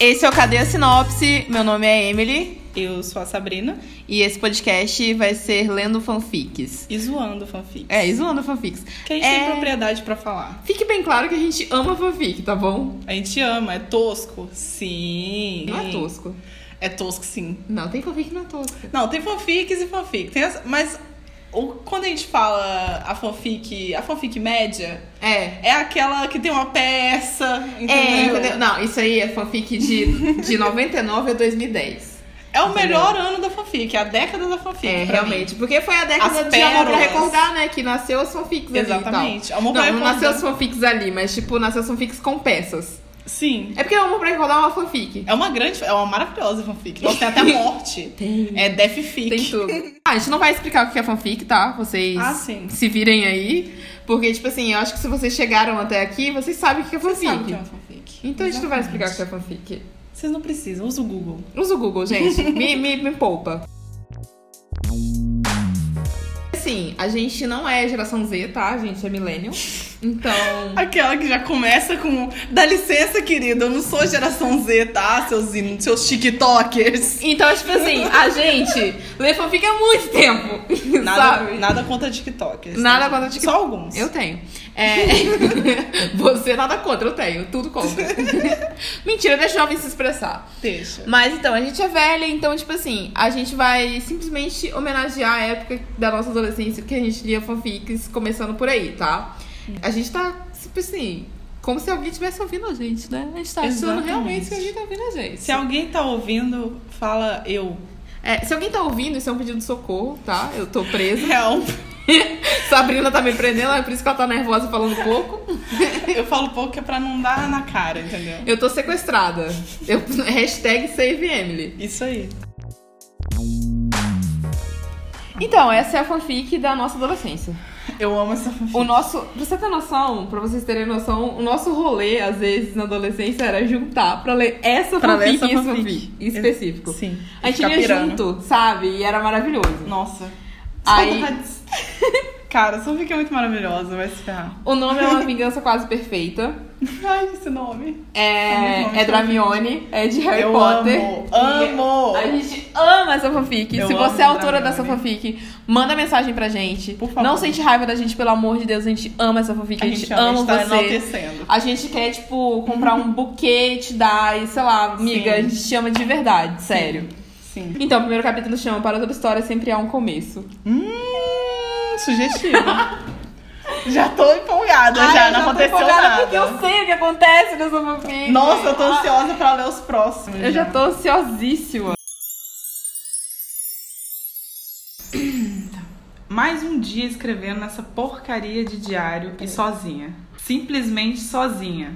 Esse é o Cadê a Sinopse? Meu nome é Emily. Eu sou a Sabrina. E esse podcast vai ser lendo fanfics. E zoando fanfics. É, e zoando fanfics. Que a gente É. tem propriedade pra falar. Fique bem claro que a gente ama fanfic, tá bom? A gente ama, é tosco? Sim. Não é tosco. É tosco, sim. Não, tem fanfic que não é tosco. Não, tem fanfics e fanfic. Tem as- mas o- quando a gente fala a fanfic, a fanfic média, É. é aquela que tem uma peça, entendeu? É, entendeu? Não, isso aí é fanfic de, de 99 a 2010. É o melhor ano da fanfic, é a década da fanfic. É, pra realmente. Porque foi a década As de amor pra pérolas. recordar, né? Que nasceu as fanfics Mim. ali e tal. Exatamente. Amor pra Não, não Recordar. nasceu as fanfics ali, mas tipo, nasceu as fanfics com peças. Sim. É porque Amor pra Recordar é uma fanfic. É uma grande, é uma maravilhosa fanfic. Nossa, tem até morte. Tem. É deathfic. Tem tudo. Ah, a gente não vai explicar o que é fanfic, tá? Vocês Ah, sim. se virem aí. Porque, tipo assim, eu acho que se vocês chegaram até aqui, vocês sabem o que é fanfic. Sabe o que é uma fanfic? Então a gente não vai explicar o Exatamente. que é fanfic. Vocês não precisam, usa o Google. Usa o Google, gente. me, me, me poupa. Assim, a gente não é geração Z, tá? A gente é millennial. Então. Aquela que já começa com Dá licença, querido, eu não sou geração Z, tá? Seus, in- seus TikTokers. Então, tipo assim, a gente lê fanfic há muito tempo. Nada, sabe? nada contra TikTokers. Nada tá, contra gente? TikTok. Só alguns. Eu tenho. É, Você nada contra, eu tenho. Tudo contra. Mentira, deixa o jovem se expressar. Deixa. Mas então, a gente é velha, então, tipo assim, a gente vai simplesmente homenagear a época da nossa adolescência que a gente lia fanfics, começando por aí, tá? A gente tá, tipo assim, como se alguém estivesse ouvindo a gente, né? A gente tá achando Exatamente. realmente que alguém tá ouvindo a gente. Se alguém tá ouvindo, fala eu. É, se alguém tá ouvindo, isso é um pedido de socorro, tá? Eu tô presa. Help. Sabrina tá me prendendo, é por isso que ela tá nervosa falando pouco. Eu falo pouco que é pra não dar na cara, entendeu? Eu tô sequestrada. Eu, hashtag save Emily. Isso aí. Então, essa é a fanfic da nossa adolescência. Eu amo essa fanfic. O nosso. Pra você ter noção, pra vocês terem noção, o nosso rolê, às vezes, na adolescência, era juntar pra ler essa Pra ler fanfic essa e esse fanfic. fanfic em específico. Sim. A gente Ficar lia pirando. junto, sabe? E era maravilhoso. Nossa. Aí- Saudades. Cara, essa fanfic é muito maravilhosa, vai se ferrar. O nome é Uma Vingança Quase Perfeita. Ai, esse nome. É muito É, é bom, esse Dramione, é de Harry Eu Potter. amo, E amo. A gente ama essa fanfic. Eu Se você é amo autora Dramione. dessa fanfic, manda mensagem pra gente. Por favor. Não sente raiva da gente, pelo amor de Deus, a gente ama essa fanfic, a, gente, ama tá você. enaltecendo. A gente quer, tipo, comprar um buquê, te dar, e sei lá, amiga, Sim. a gente te ama de verdade, sério. Sim. Então, o primeiro capítulo chama Para toda história sempre há um começo. Hum, sugestivo. já tô empolgada, já, Ai, não tô aconteceu empolgada nada. Porque eu sei o que acontece nessa fanfic. Nossa, eu tô Ah, ansiosa pra ler os próximos. Eu já tô ansiosíssima. Mais um dia escrevendo nessa porcaria de diário É. e sozinha. Simplesmente sozinha.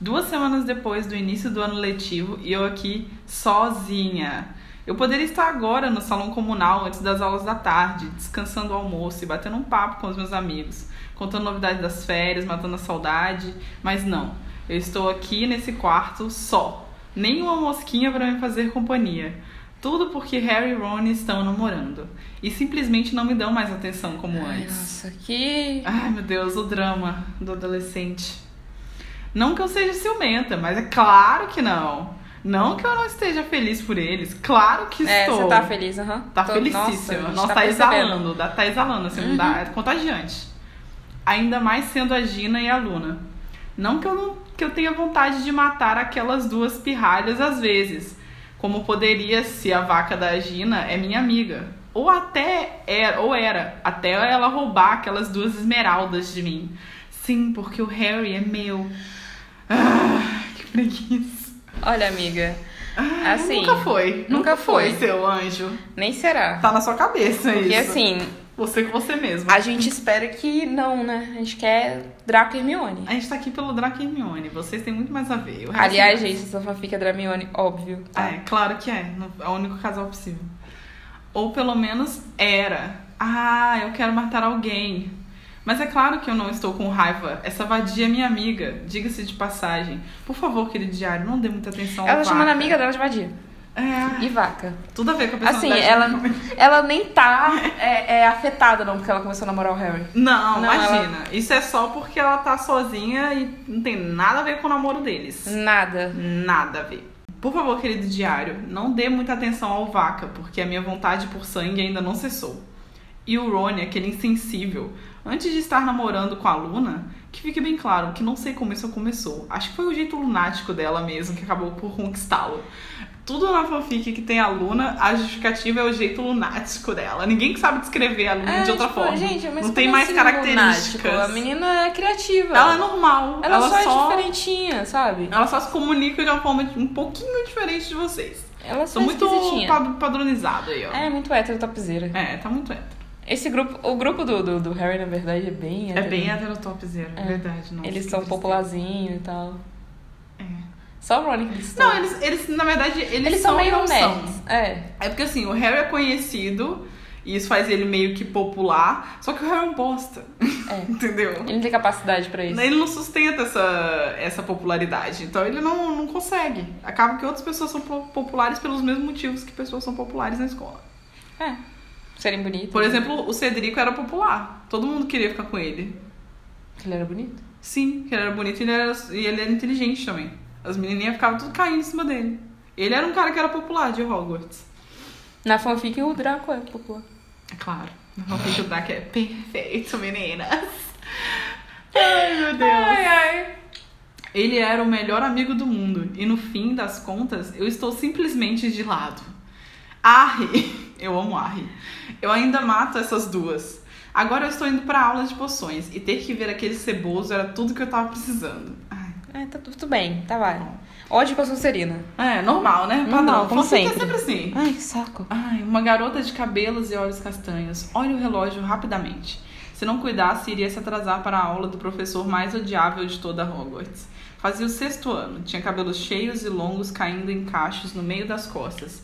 Duas semanas depois do início do ano letivo e eu aqui sozinha. Eu poderia estar agora no salão comunal antes das aulas da tarde, descansando o almoço e batendo um papo com os meus amigos, contando novidades das férias, matando a saudade, mas não. Eu estou aqui nesse quarto só. Nenhuma mosquinha para me fazer companhia. Tudo porque Harry e Ron estão namorando e simplesmente não me dão mais atenção como antes. Nossa, que. Ai, meu Deus, o drama do adolescente. Não que eu seja ciumenta, mas é claro que não. Não que eu não esteja feliz por eles, claro que É, estou. você tá feliz, aham. Tá Tô- felicíssima. Nossa, a gente tá, percebendo. Uhum. exalando, dá- tá exalando, assim, não dá, é contagiante. Ainda mais sendo a Gina e a Luna. Não que eu não que eu tenha vontade de matar aquelas duas pirralhas às vezes, como poderia se a vaca da Gina é minha amiga. Ou até era, ou era, até ela roubar aquelas duas esmeraldas de mim. Sim, porque o Harry é meu. Ah, que preguiça. Olha, amiga, Ah, Assim, nunca foi. Nunca, foi. foi. seu anjo. nem será. Tá na sua cabeça isso. Porque assim, Você com você mesmo. a gente espera que não, né? A gente quer Draco e Hermione. A gente tá aqui pelo Draco e Hermione. Vocês têm muito mais a ver. O resto- Aliás, gente, essa fanfic é da Hermione, óbvio. Ah, É, claro que é. No- É o único casal possível. Ou pelo menos era. Ah, eu quero matar alguém. Mas é claro que eu não estou com raiva. Essa vadia é minha amiga. Diga-se de passagem. Por favor, querido diário, não dê muita atenção. Ela tá à chamando a vaca. amiga dela de vadia. É, E vaca. tudo a ver com a Assim, personalidade. ela, dela. ela nem tá é, é, afetada, não, porque ela começou a namorar o Harry. Não, Não, imagina. Isso é só porque ela tá sozinha e não tem nada a ver com o namoro deles. Nada. Nada a ver. Por favor, querido diário, não dê muita atenção ao vaca, porque a minha vontade por sangue ainda não cessou. E o Rony, aquele insensível, antes de estar namorando com a Luna, que fique bem claro que não sei como isso começou. Acho que foi o jeito lunático dela mesmo que acabou por conquistá-lo. Tudo na fanfic que tem a Luna, a justificativa é o jeito lunático dela. Ninguém que sabe descrever a Luna É, de outra tipo, forma. Gente, mas não tem como mais assim características. lunático? A menina é criativa. Ela é normal. Ela só, é diferentinha, sabe? Ela só se comunica de uma forma um pouquinho diferente de vocês. Ela só Tô é muito esquisitinha. pa- padronizado aí, ó. É, muito hétero topzera. É, tá muito hétero. Esse grupo, o grupo do, do, do Harry, na verdade, é bem É hétero. bem heterotop zero, é. É. verdade. Nossa, Eles que são tristeza. popularzinhos e tal. É. Só o Ron que eles Não, eles, eles, na verdade, eles, Eles são e meio não são. nerds. É. É porque assim, o Harry é conhecido e isso faz ele meio que popular, só que o Harry é um bosta. É. Entendeu? Ele não tem capacidade pra isso. Ele não sustenta essa, essa popularidade, então ele não, não consegue. Acaba que outras pessoas são po- populares pelos mesmos motivos que pessoas são populares na escola. Serem bonitos. Por exemplo, o Cedrico era popular, todo mundo queria ficar com ele. Porque ele era bonito. Sim, que ele era bonito e ele era, e ele era inteligente também. As menininhas ficavam tudo caindo em cima dele. Ele era um cara que era popular de Hogwarts. Na fanfic, o Draco é popular. É claro. Não tem que o Draco é perfeito, meninas. Ai, meu Deus. Ai, ai. Ele era o melhor amigo do mundo. E no fim das contas, eu estou simplesmente de lado. Arre! Eu amo Arre. Eu ainda mato essas duas. Agora eu estou indo pra aula de poções. E ter que ver aquele ceboso era tudo que eu tava precisando. Ai, É, tá tudo bem. Tá, vai. Ódio com a Sonserina. É, normal, né? Padrão. Normal, como Fanfic sempre. É sempre assim. Ai, que saco. Ai, uma garota de cabelos e olhos castanhos. Olha o relógio rapidamente. Se não cuidasse, iria se atrasar para a aula do professor mais odiável de toda Hogwarts. Fazia o sexto ano, tinha cabelos cheios e longos caindo em cachos no meio das costas,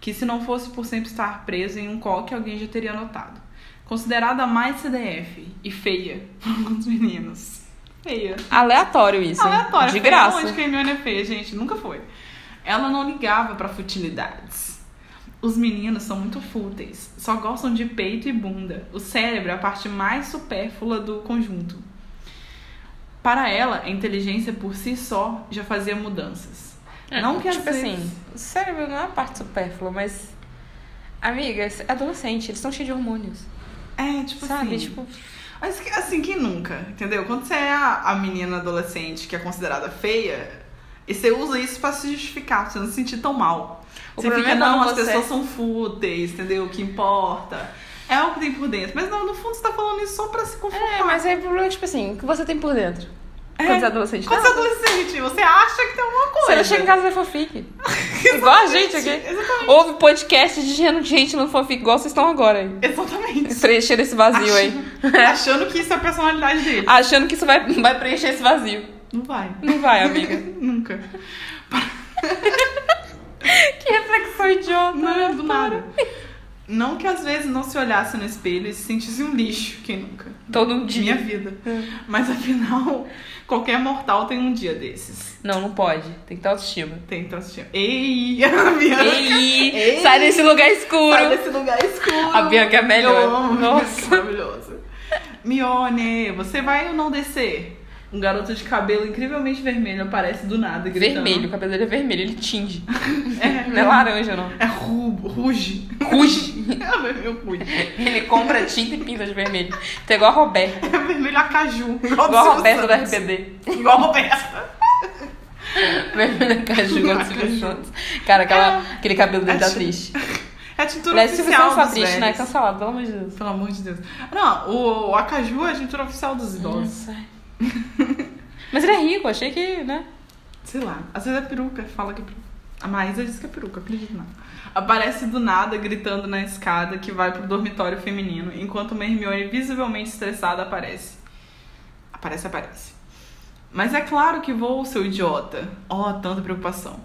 que se não fosse por sempre estar preso em um coque, alguém já teria notado. Considerada a mais CDF e feia por alguns meninos. Feia. Aleatório isso. hein? Aleatória. De é foi graça. Onde que a Hermione é feia, gente? Nunca foi. Ela não ligava pra futilidades. Os meninos são muito fúteis. Só gostam de peito e bunda. O cérebro é a parte mais supérflua do conjunto. Para ela, a inteligência por si só já fazia mudanças. É, não que às tipo vezes- assim, o cérebro não é uma parte supérflua, mas. Amiga, é adolescente, eles estão cheios de hormônios. É, tipo sabe? assim. Tipo, Mas que- assim, quem nunca, entendeu? Quando você é a, a menina adolescente que é considerada feia, e você usa isso pra se justificar, pra você não se sentir tão mal. O você problema fica, é quando não, as você- pessoas são fúteis, entendeu? O que importa. É o que tem por dentro. Mas não, no fundo você tá falando isso só pra se é, conformar. mas aí o problema é, tipo assim, o que você tem por dentro? Quando você é adolescente, Quando você é nada. adolescente, você acha que tem alguma coisa. Você não chega em casa e lê fanfic. igual a gente aqui. Houve podcast de gente- gente no fanfic, igual vocês estão agora aí. Exatamente. Preenchendo esse vazio aí. Achando, achando que isso é a personalidade dele. Achando que isso vai, vai preencher esse vazio. Não vai. Não vai, amiga. Nunca. que reflexão idiota. Não, do nada. Não que às vezes não se olhasse no espelho e se sentisse um lixo, quem nunca? Todo um dia. Minha vida. Mas afinal, qualquer mortal tem um dia desses. Não, não pode. Tem que ter autoestima. Tem então assistir. Ei, a Bianca. Ei, Ei. sai desse lugar escuro. Sai desse lugar escuro. A Bianca é a melhor. Eu amo, Nossa. Bianca, é maravilhosa. Mione, você vai ou não descer? Um garoto de cabelo incrivelmente vermelho aparece do nada gritando. Vermelho, o cabelo dele é vermelho, ele tinge. É, Não é laranja, não. É rubo, ruge. Ruge. É vermelho ruge. Ele compra tinta e pinta de vermelho. Tá igual a Roberta. É vermelho acaju. Igual, Igual a o Roberta do RBD. Igual a Roberta. Vermelho caju, igual a Silvio Santos. Cara, aquela- aquele cabelo dele tá É, Acho- triste. É a tintura Ele é Silvio oficial Santos tá dos triste, velhos. né? Cancelado, pelo amor de Deus. Pelo amor de Deus. Não, o, o Acaju é a tintura oficial Uhum. dos idosos. Mas ele é rico, achei que, né? Sei lá, às vezes é peruca, fala que é peruca. A Maísa diz que é peruca, acredito não. Aparece do nada gritando na escada que vai pro dormitório feminino, enquanto uma Hermione visivelmente estressada aparece. Aparece, aparece. Mas é claro que vou, seu idiota. Oh, tanta preocupação.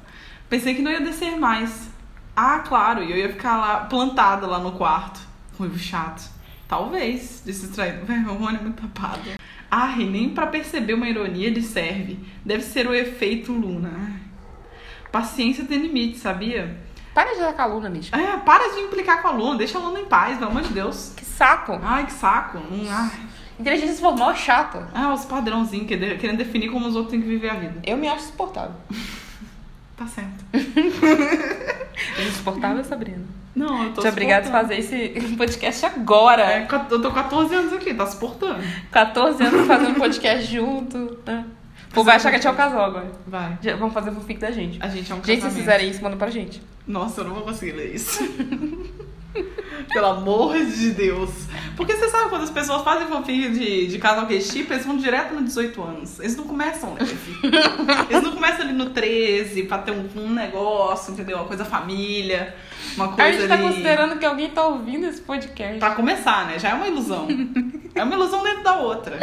Pensei que não ia descer mais. Ah, claro, e eu ia ficar lá plantada lá no quarto. Ruivo chato. Talvez, disse o traído. Vai, o Rony é muito tapado. Ai, nem pra perceber uma ironia ele serve. Deve ser o efeito Luna. Ai. Paciência tem limite, sabia? Para de dar calúnia, bicho. É, para de implicar com a Luna, deixa a Luna em paz, pelo amor de Deus. Que saco. Ai, que saco. Hum, ai. Inteligência formal é chata. Ah, os padrãozinhos que de- querendo definir como os outros têm que viver a vida. Eu me acho suportável. Tá certo. É insuportável, Sabrina. Não, eu tô Te obrigado a suportando. fazer esse podcast agora. É, quat- eu tô 14 anos aqui, tá suportando. 14 anos fazendo podcast junto. Né? O povo vai achar que a gente é o casal agora. Vai. Já- Vamos fazer o fanfic da gente. A gente é um Gente, se casamento. vocês fizerem isso, manda pra gente. Nossa, eu não vou conseguir ler isso. Pelo amor de Deus. Porque você sabe quando as pessoas fazem fanfic de, de casal que ship, eles vão direto no 18 anos. Eles não começam leve. Eles não começam ali no 13 pra ter um, um negócio, entendeu? Uma coisa família, uma coisa a gente tá ali... considerando que alguém tá ouvindo esse podcast. Pra começar, né? Já é uma ilusão. É uma ilusão dentro da outra.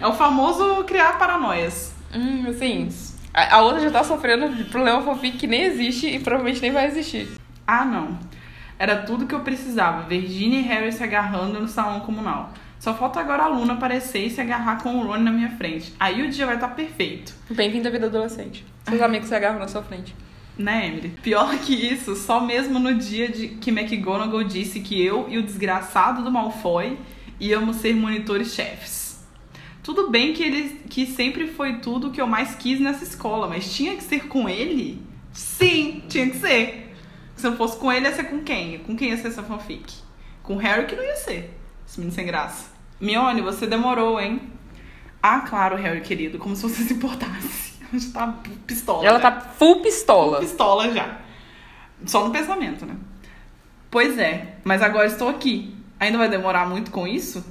É o famoso criar paranoias. Hum, assim. A, a outra já tá sofrendo de problema fanfic que nem existe e provavelmente nem vai existir. Ah, não. Era tudo que eu precisava. Virginia e Harry se agarrando no salão comunal. Só falta agora a Luna aparecer e se agarrar com o Rony na minha frente. Aí o dia vai estar perfeito. Bem-vindo à vida adolescente. Seus amigos se agarram na sua frente. Né, Emily? Pior que isso, só mesmo no dia de que McGonagall disse que eu e o desgraçado do Malfoy íamos ser monitores-chefes. Tudo bem que ele que sempre foi tudo o que eu mais quis nessa escola, mas tinha que ser com ele? Sim, tinha que ser. Se não fosse com ele, ia ser com quem? Com quem ia ser essa fanfic? Com o Harry que não ia ser. Esse menino sem graça. Mione, você demorou, hein? Ah, claro, Harry querido, como se você se importasse. A gente tá pistola. Ela né? tá full pistola. pistola já. Só no pensamento, né? Pois é, mas agora estou aqui. Ainda vai demorar muito com isso?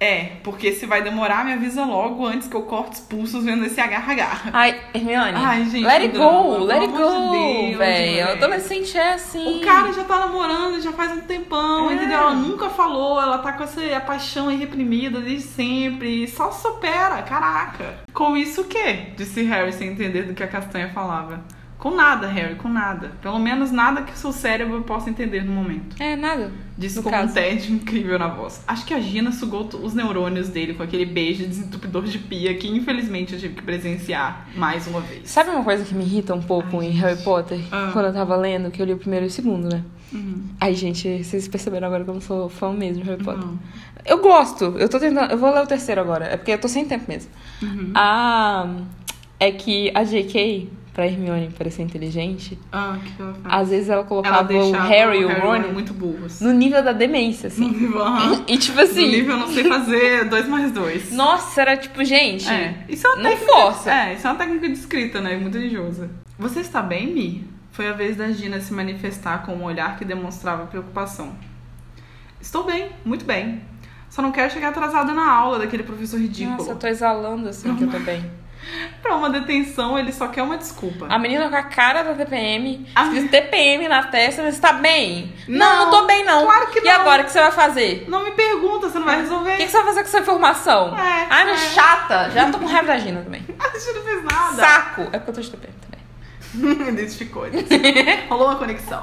É, porque se vai demorar, me avisa logo antes que eu corte os pulsos vendo esse agarra-garra. Ai, Hermione. Ai, gente, let it não, go, let it pelo amor de go, Deus, velho. moleque. Adolescente é assim. O cara já tá namorando já faz um tempão, É. entendeu? Ela nunca falou, ela tá com essa paixão aí reprimida desde sempre. Só supera, caraca. Com isso o quê? Disse Harry sem entender do que a castanha falava. Com nada, Harry, com nada. Pelo menos nada que o seu cérebro possa entender no momento. É, nada. Disse No com um caso. tédio incrível na voz. Acho que a Gina sugou t- os neurônios dele com aquele beijo desentupidor de pia que infelizmente eu tive que presenciar mais uma vez. Sabe uma coisa que me irrita um pouco em Harry Potter? Ah. Quando eu tava lendo, que eu li o primeiro e o segundo, né? Ai, gente, vocês perceberam agora que eu não sou fã mesmo de Harry Potter. Não. Eu gosto, eu tô tentando. Eu vou ler o terceiro agora. É porque eu tô sem tempo mesmo. Uhum. Ah, é que a JK, pra Hermione parecer inteligente, Ah, que ela faz? às vezes ela Ela colocava o deixava Harry e o e Ron muito burros. no nível da demência, No assim. nível, aham. E tipo No assim, nível eu não sei fazer dois mais dois. nossa, era tipo, gente. É. Isso é uma Não técnica. força. É, isso é uma técnica de escrita, né? Muito injosa. Você está bem, Mi? Foi a vez da Gina se manifestar com um olhar que demonstrava preocupação. Estou bem, muito bem. Só não quero chegar atrasada na aula daquele professor ridículo. Nossa, eu tô exalando assim que eu tô bem. Pra uma detenção, ele só quer uma desculpa. A menina com a cara da TPM, Ah. escrito TPM na testa, mas tá bem? Não, Não, não tô bem não. claro que E não. agora, o que você vai fazer? Não me pergunta, você não vai resolver. O que, que você vai fazer com essa informação? É, Ai, é. mas chata. Já tô com raiva da Gina também. A Gina Ah, não fez nada. Saco. É porque eu tô de TPM também. Identificou. Rolou uma conexão.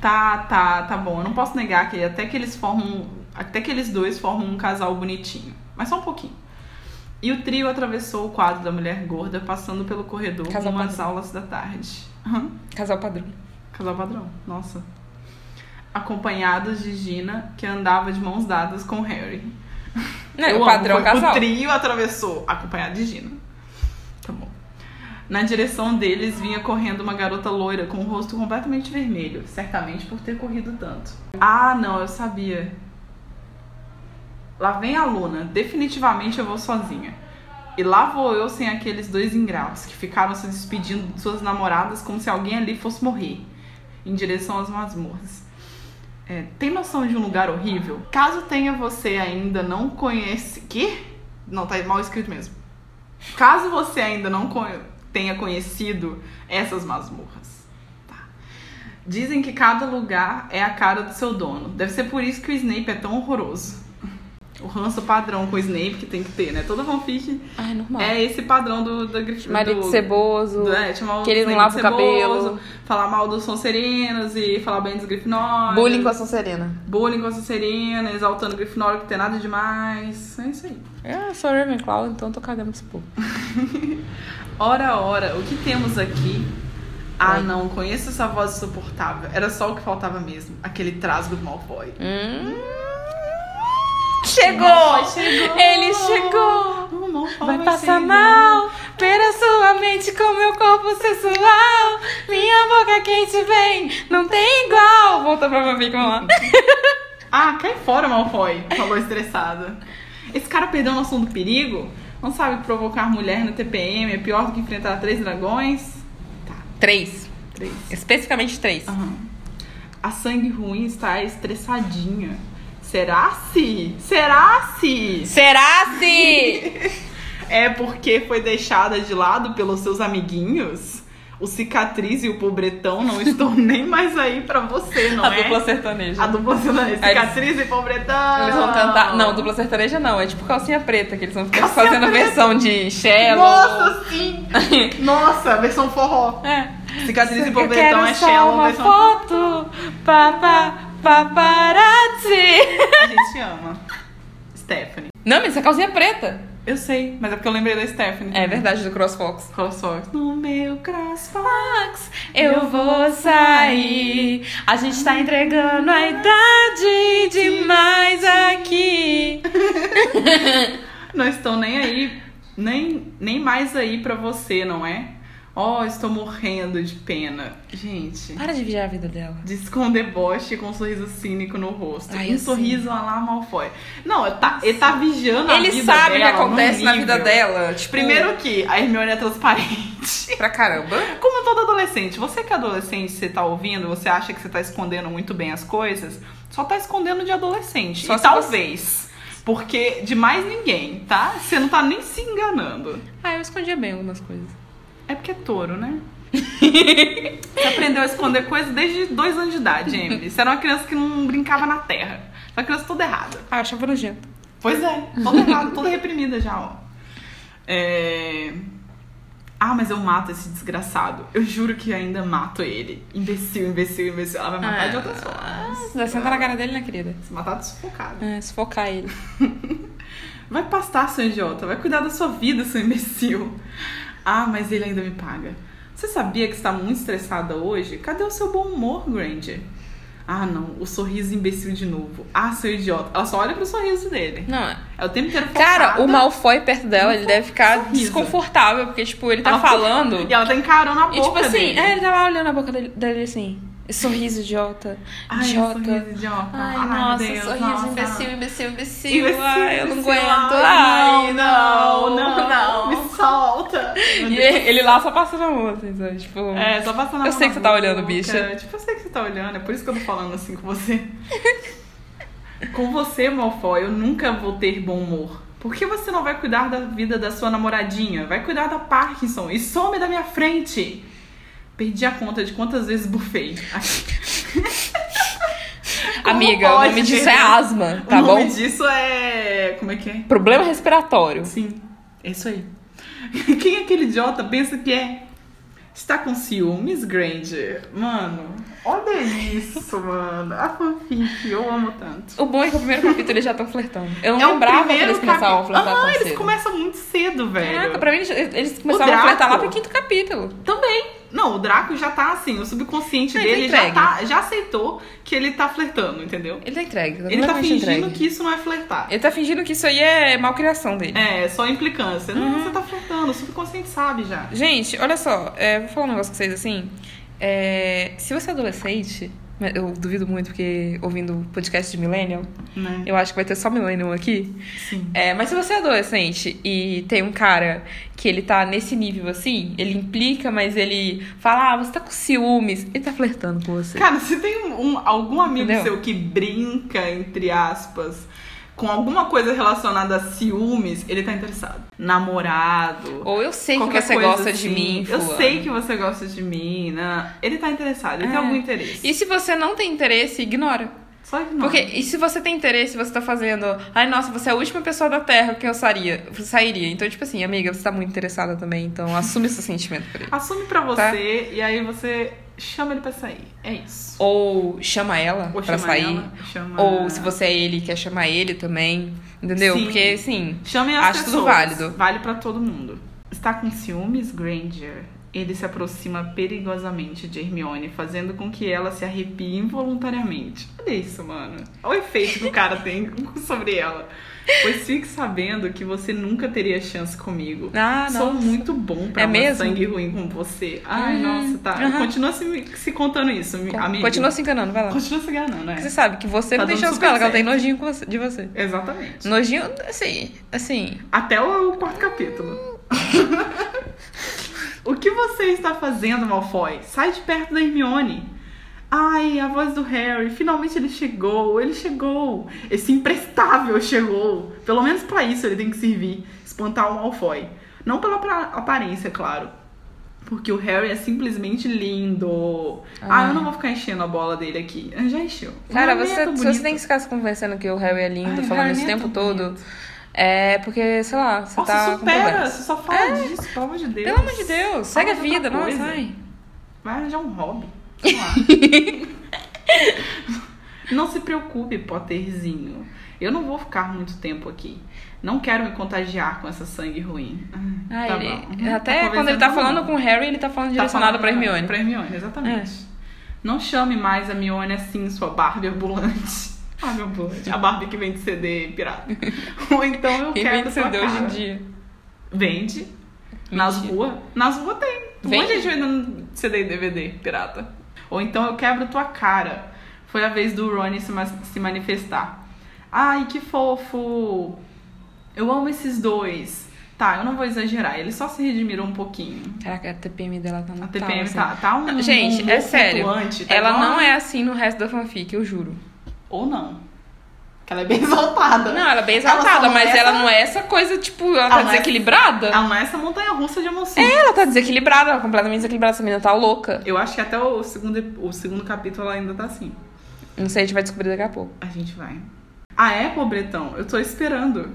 tá, tá, tá bom. Eu não posso negar que até que eles formam. um, Até que eles dois formam um casal bonitinho. Mas só um pouquinho. E o trio atravessou o quadro da mulher gorda, passando pelo corredor Casal rumo às padrão. aulas da tarde. Aham. Casal padrão. Casal padrão, nossa. Acompanhados de Gina, que andava de mãos dadas com Harry. Não, é Né, Eu o amo, padrão foi- casal. O trio atravessou, acompanhado de Gina. Tá bom. Na direção deles vinha correndo uma garota loira com o rosto completamente vermelho, certamente por ter corrido tanto. Ah, não, eu sabia. Lá vem a Luna, definitivamente eu vou sozinha. E lá vou eu sem aqueles dois ingratos que ficaram se despedindo de suas namoradas como se alguém ali fosse morrer, em direção às masmorras. É, tem noção de um lugar horrível? Caso tenha você ainda não conhece. Que? Não, tá mal escrito mesmo. Caso você ainda não co- tenha conhecido essas masmorras. Tá. Dizem que cada lugar é a cara do seu dono. Deve ser por isso que o Snape é tão horroroso. O ranço padrão com o Snape que tem que ter, né? Toda fanfic Ai, Ah, normal. é esse padrão do, do Grif- Marido do- ceboso. do- é, chamar o que ele não Snape lava o de ceboso, cabelo. Falar mal dos Sonserinos e falar bem dos Grifinórios. Bullying com a Sonserina. Bullying com a Sonserina, exaltando o Grifinório que tem nada demais. É isso aí. Eu sou Ravenclaw, então eu tô cagando esse povo. Ora, ora, o que temos aqui? Ah, Oi. não, conheço essa voz insuportável. Era só o que faltava mesmo. Aquele trasgo do Malfoy. Hum. O Malfoy Chegou! chegou! Ele chegou! O Malfoy Vai passar chegou. mal! Pera sua mente com meu corpo sensual. Minha boca quente vem, não tem igual. Volta pra Babi, vamos lá. Ah, cai fora, Malfoy, falou estressada. Esse cara perdeu a noção do perigo? Não sabe provocar mulher no TPM? É pior do que enfrentar três dragões? Tá, Três. três. Especificamente três. Aham. A sangue ruim está estressadinha. Será se? Será se? Será se? É porque foi deixada de lado pelos seus amiguinhos? O cicatriz e o pobretão não estão nem mais aí pra você, não a é? dupla sertaneja. A dupla sertaneja. Aí eles- Cicatriz e pobretão. Eles vão cantar. Não, dupla sertaneja não. É tipo calcinha preta, que eles vão ficar fazendo versão de Shello. Nossa, sim! Nossa, versão forró. É. Cicatriz e Eu pobretão quero é só Shello, uma versão foto, papá, paparazzi. A gente ama. Stephanie. Não, mas isso é calcinha preta. Eu sei, mas é porque eu lembrei da Stephanie. É verdade, do CrossFox. Crossfox. No meu crossfox. Eu vou sair, a gente tá entregando a idade demais aqui. Não estão nem aí, nem, nem mais aí pra você, não é? Oh, estou morrendo de pena. Gente, Para de vigiar a vida dela. diz com deboche e com um sorriso cínico no rosto. Ai, um eu sorriso a lá Malfoy. Não, tá, ele tá vigiando a Ele vida sabe o que dela num acontece na vida nível. dela. Tipo, Primeiro que a Hermione é transparente. pra caramba. Como todo adolescente, você que é adolescente, você tá ouvindo, você acha que você tá escondendo muito bem as coisas, só tá escondendo de adolescente. Só e se talvez. Porque de mais ninguém, tá? Você não tá nem se enganando. Ah, eu escondia bem algumas coisas. É porque é touro, né? você aprendeu a esconder coisas desde dois anos de idade, Emily. Você era uma criança que não brincava na terra. Você era uma criança toda errada. Ah, eu achava nojento. Pois é, toda errada, toda reprimida já, ó. É... Ah, mas eu mato esse desgraçado. Eu juro que ainda mato ele. Imbecil, imbecil, imbecil. Ela vai matar de outras formas. Ah, Vai sentar na cara dele, né, querida? Se matar de sufocado. É, sufocar ele. Vai pastar, seu idiota. Vai cuidar da sua vida, seu imbecil. Ah, mas ele ainda me paga. Você sabia que está muito estressada hoje? Cadê o seu bom humor, Granger? Ah, não. O sorriso imbecil de novo. Ah, seu idiota. Ela só olha pro sorriso dele. Não, é. É o tempo inteiro Cara, focada. o Malfoy perto dela, ele deve ficar Sorriso. desconfortável, porque, tipo, ele tá Ela- falando. E ela tá encarando a boca E, tipo assim, dele. é, ele tava olhando a boca dele, dele assim. Sorriso idiota. Ai, idiota. sorriso idiota. Ai, nossa, meu Deus, sorriso nossa. imbecil, imbecil, imbecil. Imbecil, Ai, eu não imbecil. aguento. Ai, Ai, não, não, Me solta. E ele lá só passa na mão, assim, sabe? Tipo. É, só passando a Eu mão sei na que você tá olhando, boca. bicha. Tipo, eu sei que você tá olhando. É por isso que eu tô falando assim com você. com você, Malfoy, eu nunca vou ter bom humor. Por que você não vai cuidar da vida da sua namoradinha? Vai cuidar da Parkinson e some da minha frente. Perdi a conta de quantas vezes bufei. Como Amiga, o pode, nome disso né? é asma, tá o nome bom? disso é. Como é que é? Problema respiratório. Sim, é isso aí. Quem é aquele idiota pensa que é? Está com ciúmes, Granger? Mano, olha isso, mano. A fanfic, eu amo tanto. O bom é que o primeiro capítulo eles já estão flertando. Eu não é lembrava que primeiro eles começavam a capítulo. flertar Ah, tão eles cedo. começam muito cedo, velho. Caraca, pra mim eles- eles começavam a Draco. flertar lá pro quinto capítulo. Também. Não, o Draco já tá assim, o subconsciente Ele tá dele já, entregue. tá- já aceitou que ele tá flertando, entendeu? Ele tá entregue, Ele tá completamente fingindo entregue. que isso não é flertar. Ele tá fingindo que isso aí é malcriação dele. É, só implicância. Não, Uhum. você tá flertando, o subconsciente sabe já. Gente, olha só, é, vou falar um negócio com vocês assim. É, se você é adolescente, mas eu duvido muito porque ouvindo o podcast de Millennial, Né? eu acho que vai ter só Millennial aqui. Sim. É, mas se você é adolescente e tem um cara que ele tá nesse nível assim, ele implica, mas ele fala, ah, você tá com ciúmes, ele tá flertando com você. Cara, se tem um, um- algum amigo Entendeu? seu que brinca, entre aspas, com alguma coisa relacionada a ciúmes, ele tá interessado. Namorado. Ou eu sei qualquer que você coisa gosta assim. de mim. Eu fulano. sei que você gosta de mim, né? Ele tá interessado, ele É. tem algum interesse. E se você não tem interesse, ignora. Só que não. Porque, e se você tem interesse, você tá fazendo. Ai, nossa, você é a última pessoa da Terra que eu sairia. sairia. Então, tipo assim, amiga, você tá muito interessada também, então assume seu sentimento por ele. Assume pra você Tá. e aí você chama ele pra sair. É isso. Ou chama ela Ou pra chama sair. ela, chama... Ou se você é ele, quer chamar ele também. Entendeu? Sim. Porque, assim. Chamem as Acho tudo pessoas. válido. Vale pra todo mundo. Está com ciúmes, Granger? Ele se aproxima perigosamente de Hermione, fazendo com que ela se arrepie involuntariamente. Olha isso, mano. Olha o efeito que o cara tem sobre ela. Pois fique sabendo que você nunca teria chance comigo. Ah, Sou um nossa. muito bom pra É uma mesmo? sangue ruim com você. Ai, Uhum. nossa, tá. Aham. Continua se, se contando isso, mi- amiga. Continua se enganando, vai lá. Continua se enganando, né? Porque Você sabe que você Tá não tem dando chance super com ela, que ela tem certo. nojinho com você- de você. Exatamente. Nojinho, assim, assim. Até o quarto capítulo. o que você está fazendo, Malfoy? Sai de perto da Hermione. Ai, a voz do Harry. Finalmente ele chegou. Ele chegou. Esse imprestável chegou. Pelo menos pra isso ele tem que servir. Espantar o Malfoy. Não pela pra- aparência, claro. Porque o Harry é simplesmente lindo. Ah, Ah. eu não vou ficar enchendo a bola dele aqui. Já encheu. Cara, Não é você, tão se bonito. você tem que ficar se convencendo que o Harry é lindo, Ai, o falando Harry isso o nem é tempo tão todo, é porque, sei lá, você Nossa, tá com supera. problemas. Você só fala disso, pelo amor de Deus. Pelo amor de Deus, segue a outra vida, nossa, coisa. ai. Vai arranjar um hobby. Sei lá. não se preocupe, Potterzinho. Eu não vou ficar muito tempo aqui. Não quero me contagiar com essa sangue ruim. Ah, Ai, tá ele- bom. Até Tá quando ele tá convencendo, falando não. com o Harry, ele tá falando direcionado pra Hermione. É. Pra Hermione, exatamente. Não chame mais a Mione assim, sua Barbie ambulante. Ah, meu ambulante. A Barbie que vende CD pirata. Ou então eu Quem quero vende sua CD hoje em cara. dia? Vende. Nas Mentira. ruas. Nas ruas tem. Um monte Vende? de gente vendendo CD e DVD, pirata. Ou então eu quebro tua cara. Foi a vez do Rony se, ma- se manifestar. Ai, que fofo! Eu amo esses dois. Tá, eu não vou exagerar. Ele só se redimiram um pouquinho. Caraca, a TPM dela tá no A TPM tá, tá um. Não, gente, um é humor sério. flutuante, tá Ela igual não a- é assim no resto da fanfic, eu juro. Ou não. Que ela é bem exaltada. Não, ela é bem Ela só exaltada, não é mas essa- ela não é essa coisa, tipo, ela Ela tá não é- desequilibrada. Ela não é essa montanha russa de emoções. Ela tá desequilibrada, ela completamente desequilibrada, essa menina tá louca. Eu acho que até o segundo, o segundo capítulo ela ainda tá assim. Não sei, a gente vai descobrir daqui a pouco. A gente vai. Ah, é, pobretão? Eu tô esperando.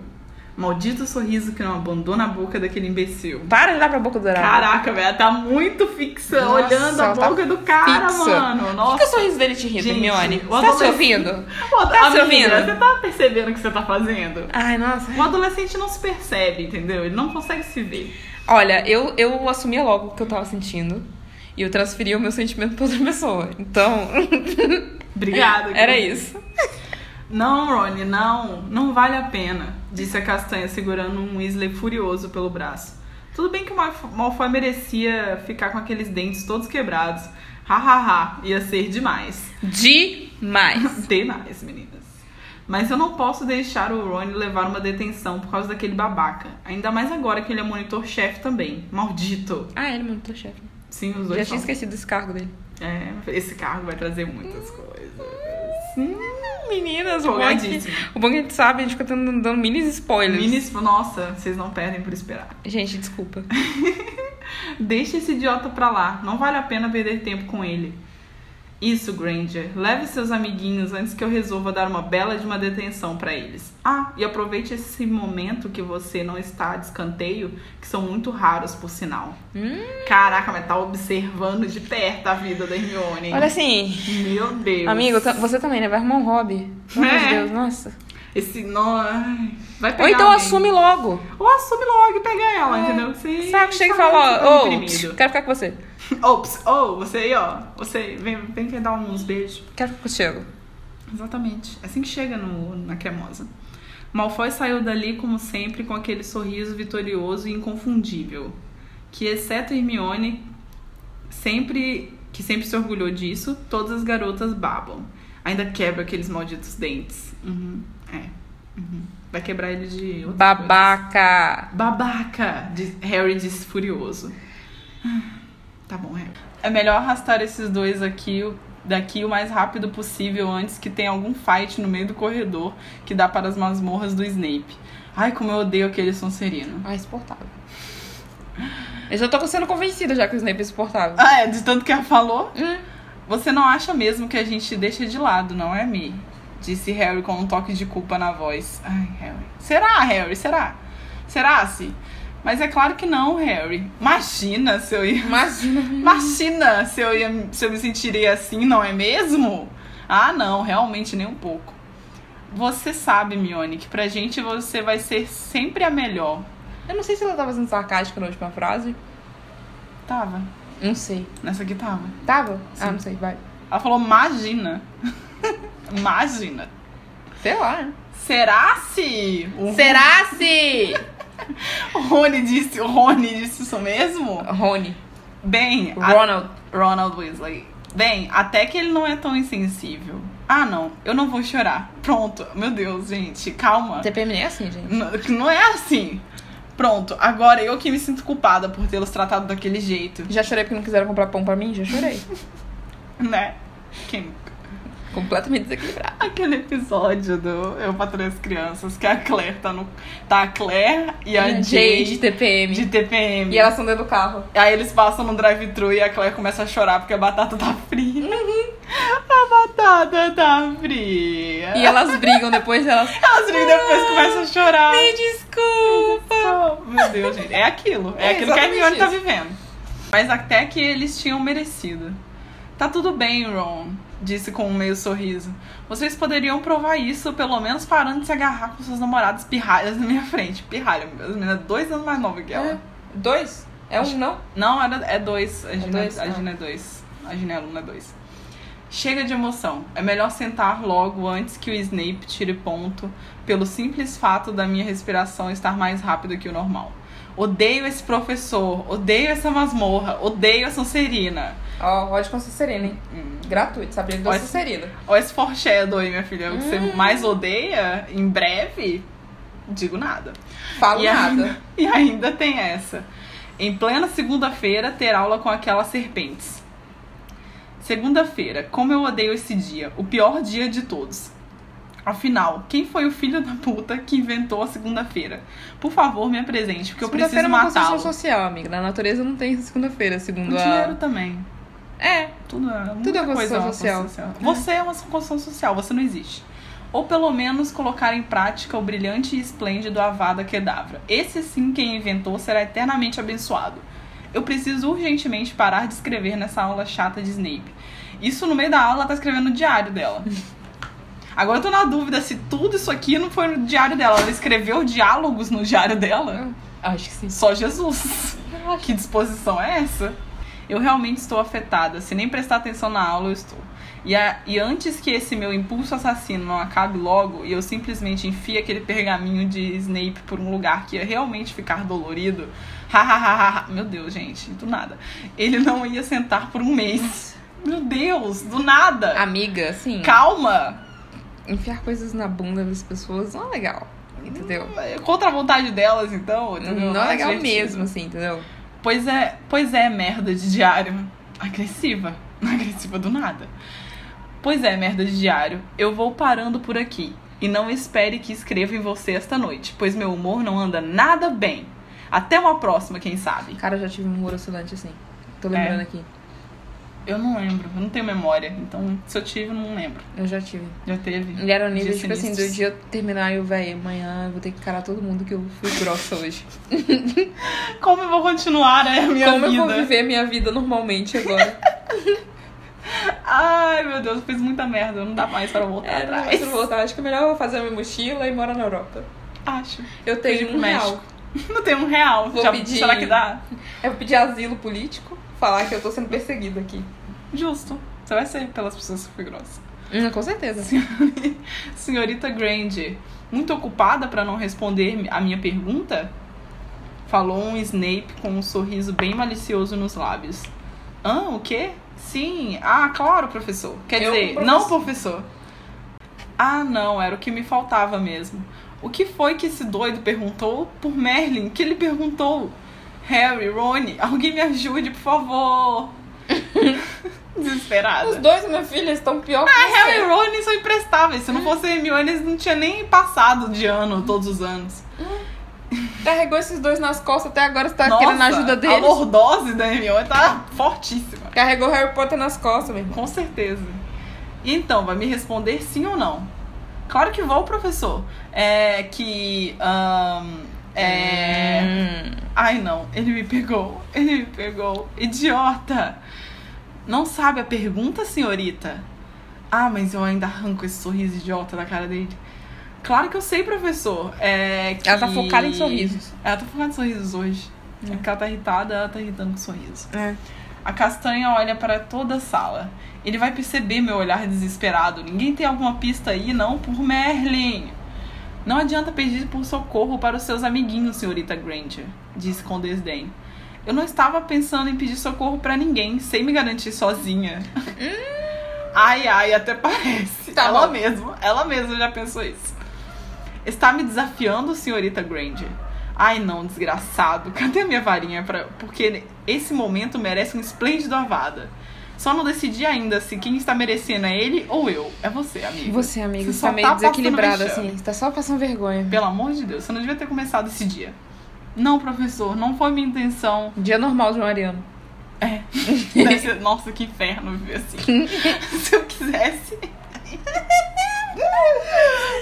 Maldito sorriso que não abandona a boca daquele imbecil. Para de dar pra boca dourada. Caraca, velho, ela tá muito fixa, Nossa, olhando a ela tá boca do cara, fixa. mano. Por que o Nossa. sorriso dele te irrita, Gente, Mione? Você o tá se adolescente- ouvindo? Pô, Tá se amiga, ouvindo? Você tá percebendo o que você tá fazendo? Ai, nossa. O adolescente não se percebe, entendeu? Ele não consegue se ver. Olha, eu, eu assumia logo o que eu tava sentindo. E eu transferia o meu sentimento pra outra pessoa. Então, Obrigada. É, era querida. isso. Não, Rony, não. Não vale a pena, disse a castanha, segurando um Weasley furioso pelo braço. Tudo bem que o Malf- Malfoy merecia ficar com aqueles dentes todos quebrados. Ha, ha, ha. Ia ser demais. Demais. Demais, meninas. Mas eu não posso deixar o Rony levar uma detenção por causa daquele babaca. Ainda mais agora que ele é monitor-chefe também. Maldito. Ah, ele mandou chefe. Sim, os Já dois tinha são. esquecido esse cargo dele. É, esse cargo vai trazer muitas coisas. Sim, Meninas, o bom, é que, empolgadíssimo. o bom é que a gente sabe, a gente fica dando, dando mini spoilers. Minis, nossa, vocês não perdem por esperar. Gente, desculpa. Deixa esse idiota pra lá. Não vale a pena perder tempo com ele. Isso, Granger. Leve seus amiguinhos antes que eu resolva dar uma bela de uma detenção pra eles. Ah, e aproveite esse momento que você não está de escanteio, que são muito raros, por sinal. Hum. Caraca, mas tá observando de perto a vida da Hermione. hein? Olha assim, Meu Deus. amigo, ta- você também, né? Vai arrumar um hobby. Pelo amor de É. Deus, nossa. Esse nó... ai, Vai pegar um Ou então alguém. assume É. logo. Ou assume logo e pega ela, entendeu? Você Saco, chega e sabe que fala, você tá ó, ô, deprimido. quero ficar com você. Ops, oh, você aí, ó. Você aí, vem, vem quer dar uns beijos. Quero ficar contigo. Exatamente. Assim que chega no, na cremosa. Malfoy saiu dali, como sempre, com aquele sorriso vitorioso e inconfundível. Que, exceto Hermione, sempre que sempre se orgulhou disso, todas as garotas babam. Ainda quebra aqueles malditos dentes. Uhum, é. Uhum. Vai quebrar ele de outra coisa. Babaca. Babaca! diz- Harry disse furioso. Ah, Tá bom, Harry. É melhor arrastar esses dois aqui, o- daqui o mais rápido possível antes que tenha algum fight no meio do corredor que dá para as masmorras do Snape. Ai, como eu odeio aquele Sonserino. Ah, insuportável. Eu já tô sendo convencida já que o Snape é insuportável. Ah, é, de tanto que ela falou. Hum. Você não acha mesmo que a gente te deixa de lado, não é, Mi? Disse Harry com um toque de culpa na voz. Ai, Harry. Será, Harry? Será? Será, se? Mas é claro que não, Harry. Imagina se eu ia Imagina. Imagina se eu, ia, se eu me sentiria assim, não é mesmo? Ah, não, realmente nem um pouco. Você sabe, Mione, que pra gente você vai ser sempre a melhor. Eu não sei se ela tava sendo sarcástica na última frase. Tava. Não sei. Nessa aqui tava. Tava? Ah, não sei, vai. Ela falou, imagina. imagina. Sei lá. né? Será se... O Será se? Rony disse... O Rony disse isso mesmo? Rony. Bem... a- Ronald. Ronald Weasley. Bem, até que ele não é tão insensível. Ah, não. Eu não vou chorar. Pronto. Meu Deus, gente. Calma. TPM nem é assim, gente. N- Não é assim. Pronto. Agora eu que me sinto culpada por tê-los tratado daquele jeito. Já chorei porque não quiseram comprar pão pra mim? Já chorei. Né? Quem... Completamente desequilibrado. Aquele episódio do Eu Patrulho as Crianças, que a Claire tá no. Tá a Claire e a Né? de Jade TPM. de TPM. E elas estão dentro do carro. Aí eles passam no drive-thru e a Claire começa a chorar porque a batata tá fria. A batata tá fria. E elas brigam depois elas. Elas vêm depois começam a chorar. Me desculpa! Meu Deus, gente. É aquilo. É, É aquilo que a exatamente Hermione tá isso. vivendo. Mas até que eles tinham merecido. Tá tudo bem, Ron, disse com um meio sorriso. Vocês poderiam provar isso, pelo menos parando de se agarrar com seus namorados pirralhas na minha frente. Pirralha, as meninas dois anos mais nova que ela. É. Dois? É um não? Não, era, é dois. A Gina, dois? a Ah. Gina é dois. A Gina é aluna dois. Chega de emoção. É melhor sentar logo antes que o Snape tire ponto pelo simples fato da minha respiração estar mais rápido que o normal. Odeio esse professor, odeio essa masmorra, odeio a Sonserina. Ó, ódio com a Sonserina, hein? Gratuito, Sabrina da Ódio. Sonserina. Olha esse foreshadow aí, minha filha. O que Hum. você mais odeia, em breve, digo nada. Falo E nada. ainda, e ainda tem essa. Em plena segunda-feira, ter aula com aquelas serpentes. Segunda-feira, como eu odeio esse dia, o pior dia de todos. Afinal, quem foi o filho da puta que inventou a segunda-feira? Por favor, me apresente, porque eu Segunda-feira é preciso uma construção matá-lo. social, amiga. Na natureza não tem segunda-feira, O segundo dinheiro a. também. É, Tudo é, muita Tudo é construção coisa uma social. construção Você é uma construção social, você não existe. Ou pelo menos colocar em prática o brilhante e esplêndido Avada Kedavra. Esse sim quem inventou será eternamente abençoado. Eu preciso urgentemente parar de escrever nessa aula chata de Snape. Isso no meio da aula ela tá escrevendo no diário dela. Agora eu tô na dúvida se tudo isso aqui não foi no diário dela. Ela escreveu diálogos no diário dela? acho que sim. Só Jesus. Que disposição é essa? Eu realmente estou afetada. Se nem prestar atenção na aula, eu estou. E, a- e antes que esse meu impulso assassino não acabe logo e eu simplesmente enfie aquele pergaminho de Snape por um lugar que ia realmente ficar dolorido, hahaha, meu Deus, gente, do nada. Ele não ia sentar por um mês. Meu Deus, do nada. Amiga, assim, Calma. enfiar coisas na bunda das pessoas não é legal. Entendeu? Contra a vontade delas, então. entendeu? Não é legal divertido. mesmo, assim, entendeu? Pois é, pois é, merda de diário. Agressiva. Agressiva do nada. Pois é, merda de diário. Eu vou parando por aqui. E não espere que escreva em você esta noite, pois meu humor não anda nada bem. Até uma próxima, quem sabe? Cara, eu já tive um humor oscilante assim. Tô lembrando aqui. Eu não lembro, eu não tenho memória. Então, se eu tive, eu não lembro. Eu já tive. Já teve. Ele era o nível, Dias tipo assim, do sinistros. dia eu terminar e eu, véi, amanhã eu vou ter que encarar todo mundo que eu fui grossa hoje. Como eu vou continuar, né? a Minha Como vida. eu vou viver minha vida normalmente agora? Ai, meu Deus, eu fiz muita merda. Não dá mais para voltar é, não, atrás. eu vou voltar. Acho que é melhor eu fazer minha mochila e morar na Europa. Acho. Eu Pedir tenho pro um México. real. Não tem um real. Vou Já- pedir- Será que dá? Eu vou pedir asilo político, falar que eu tô sendo perseguida aqui. Justo. Você vai ser pelas pessoas que foi grossa. Hum, com certeza. Senhorita Granger, muito ocupada para não responder a minha pergunta? Falou um Snape com um sorriso bem malicioso nos lábios. Ah, o quê? Sim, ah, claro, professor. Quer Eu, dizer, professor. não, professor. Ah, não, era o que me faltava mesmo. O que foi que esse doido perguntou por Merlin? Que ele perguntou? Harry, Rony, alguém me ajude, por favor. Desesperada. Os dois, minha filha, estão pior que Harry e você. Rony É são imprestáveis. Se não fosse Hermione, eles não tinham nem passado de ano, todos os anos. Carregou esses dois nas costas até agora, você tá Nossa, querendo a ajuda A deles. lordose da Hermione tá fortíssima. Carregou Harry Potter nas costas, meu irmão. Com certeza. E então, vai me responder sim ou não? Claro que vou, professor. É que... ahn, é... Hum. Ai não, ele me pegou, ele me pegou, idiota! Não sabe a pergunta, senhorita? Ah, mas eu ainda arranco esse sorriso idiota da cara dele. Claro que eu sei, professor. É que... Ela tá focada em sorrisos. Ela tá focada em sorrisos hoje. É que ela tá irritada, ela tá irritando com o sorriso. É. A castanha olha para toda a sala. Ele vai perceber meu olhar desesperado. Ninguém tem alguma pista aí, não, por Merlin. Não adianta pedir por socorro para os seus amiguinhos, senhorita Granger, disse com desdém. Eu não estava pensando em pedir socorro para ninguém, sem me garantir sozinha. ai, ai, até parece. Hum. Tá ela bom. mesma, ela mesma já pensou isso. Está me desafiando, senhorita Granger? Ai não, desgraçado. Cadê a minha varinha? Pra... Porque esse momento merece um esplêndido avada. Só não decidi ainda se quem está merecendo é ele ou eu. É você, amigo. Você, amigo, Você está só meio tá passando desequilibrado, vexame. assim. Tá só passando vergonha. Pelo amor de Deus, você não devia ter começado esse dia. Não, professor, não foi minha intenção. Dia normal de um ariano. Deve ser- Nossa, que inferno viver assim. Se eu quisesse.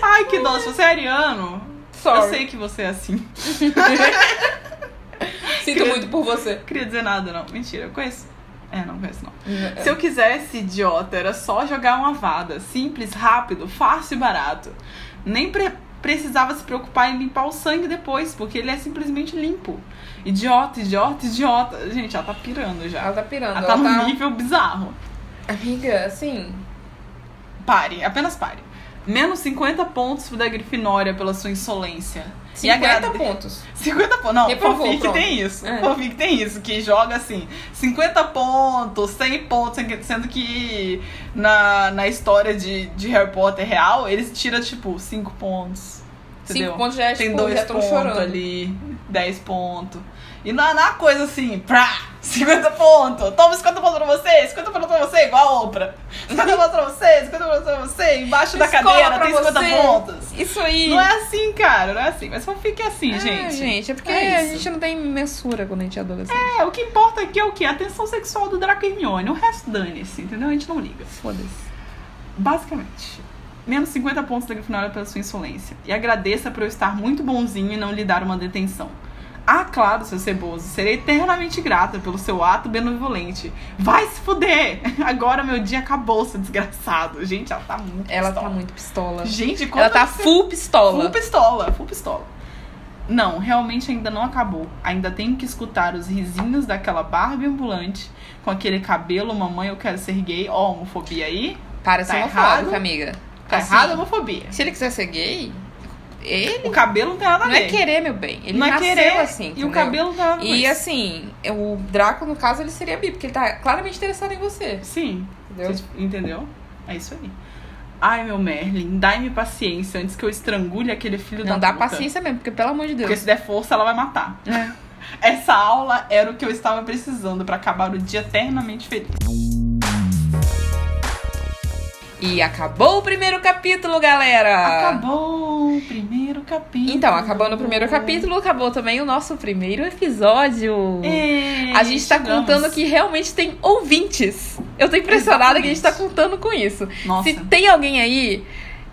Ai, que dó. Se você é ariano, eu sei que você é assim. Sinto muito por você. Não queria dizer nada, não. Mentira, eu conheço. É, não conheço, não. Se eu quisesse, idiota, era só jogar uma vada. Simples, rápido, fácil e barato. Nem pre- precisava se preocupar em limpar o sangue depois, porque ele é simplesmente limpo. Idiota, idiota, idiota. Gente, ela tá pirando já. Ela tá pirando. Ela tá num nível bizarro. Amiga, assim. Pare, apenas pare. Menos 50 pontos da Grifinória pela sua insolência. E 50 agrade- pontos. 50 pontos. Não, Reprovou, fanfic pronto. tem isso. É. Fanfic tem isso, que joga assim, 50 pontos, 100 pontos, sendo que na, na história de, de Harry Potter real, eles tiram, tipo, 5 pontos. Entendeu? 5 pontos já é, Tem tipo, dois já tão pontos chorando. ali, 10 pontos. E na, na coisa assim, pra 50 pontos, toma 50 pontos pra você, 50 pontos pra você, igual a Oprah. 50 pontos pra você, 50 pontos pra você, embaixo da Escola cadeira pra tem 50 você. pontos. Isso aí. Não é assim, cara, não é assim. Mas fanfic é assim, É, gente, é porque É a isso. gente não tem mensura quando a gente é adolescente. É, o que importa aqui é o que? A tensão sexual do Draco e Hermione. O resto dane-se, entendeu? A gente não liga. Foda-se. Basicamente. Menos 50 pontos da Grifinória pela sua insolência. E agradeça por eu estar muito bonzinho e não lhe dar uma detenção. Ah, claro, seu ceboso. Serei eternamente grata pelo seu ato benevolente. Vai se fuder! Agora meu dia acabou, seu desgraçado. Gente, ela tá muito Ela tá pistola. muito pistola. Gente, como Ela tá você- full Full pistola. pistola, full pistola. Não, realmente ainda não acabou. Ainda tenho que escutar os risinhos daquela Barbie ambulante com aquele cabelo, mamãe, eu quero ser gay. Ó, homofobia aí. Para, ser Tá errado. homofóbica, amiga. Tá Assim, errado a homofobia. Se ele quiser ser gay, ele O cabelo não tem nada a não ver. é querer, meu bem. Ele Tá não é nasceu querer. assim, e entendeu? o cabelo não tem nada a ver. E assim, o Draco, no caso, ele seria bi, porque ele tá claramente interessado em você. Sim, assim, Entendeu? Vocês- entendeu? É isso aí. Ai, meu Merlin, dai-me paciência antes que eu estrangule aquele filho Não da dá puta. paciência É. mesmo, porque pelo amor de Deus. Porque se der força, ela vai matar. Essa aula era o que eu estava precisando pra acabar o dia eternamente feliz. E acabou o primeiro capítulo, galera! Acabou o primeiro capítulo. Então, acabando o primeiro capítulo, acabou também o nosso primeiro episódio. Ei, A gente tá É, chegamos. contando que realmente tem ouvintes. Eu tô impressionada que a gente tá Exatamente. contando com isso. Nossa, Se tem alguém aí,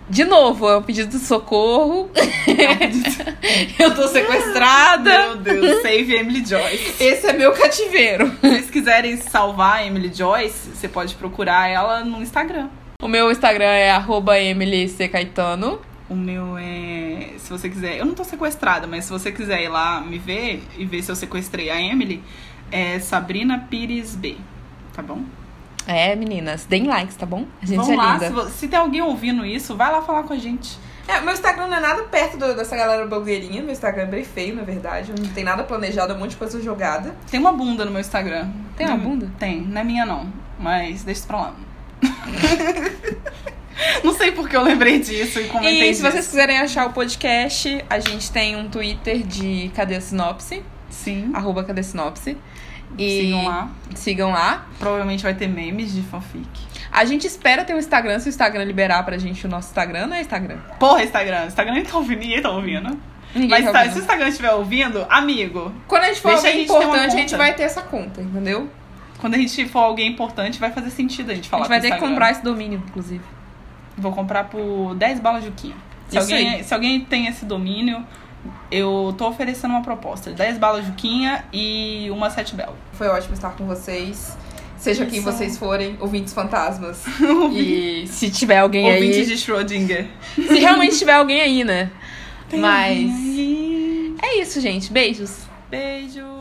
de novo, é um pedido de socorro. Eu tô sequestrada. meu Deus, save Emily Joyce. Esse é meu cativeiro. Se vocês quiserem salvar a Emily Joyce, você pode procurar ela no Instagram. O meu Instagram é arroba emilyccaetano. O meu é. Se você quiser. Eu não tô sequestrada, mas se você quiser ir lá me ver e ver se eu sequestrei a Emily, é Sabrina Pires B. Tá bom? É, meninas, deem likes, tá bom? A gente Vamos é lá, linda. se, vo- se tem alguém ouvindo isso, vai lá falar com a gente. É, meu Instagram não é nada perto do- dessa galera blogueirinha. Meu Instagram é bem feio, na verdade. Não tem nada planejado, é um monte de coisa jogada. Tem uma bunda no meu Instagram. Tem uma Não- bunda? Tem. Não é minha, não. Mas deixa isso pra lá. não sei porque eu lembrei disso e comentei E se disso. vocês quiserem achar o podcast, a gente tem um Twitter de Cadê a Sinopse? Sim. Arroba Cadê a Sinopse. Ah, E Sigam lá. Sigam lá. Provavelmente vai ter memes de fanfic. A gente espera ter o Instagram, se o Instagram liberar pra gente o nosso Instagram, não é Instagram? Porra, Instagram. Instagram nem tá ouvindo, ninguém tá ouvindo. Ninguém Mas tá tá, ouvindo. se o Instagram estiver ouvindo, amigo. Quando a gente for Deixa alguém a gente ter uma importante, a gente conta. vai ter essa conta, entendeu? Quando a gente for alguém importante, vai fazer sentido a gente A falar gente vai com o ter que Instagram. comprar esse domínio, inclusive. Vou comprar por 10 balas de Juquinha. Se, Isso alguém, é, se alguém tem esse domínio, eu tô oferecendo uma proposta. 10 balas de Juquinha e uma sete belo. Foi ótimo estar com vocês. Seja quem Isso. vocês forem, ouvintes fantasmas. E se tiver alguém Ouvintes aí. de Schrödinger. Se realmente tiver alguém aí, né? Tem Mas. alguém aí? É isso, gente. Beijos. Beijo.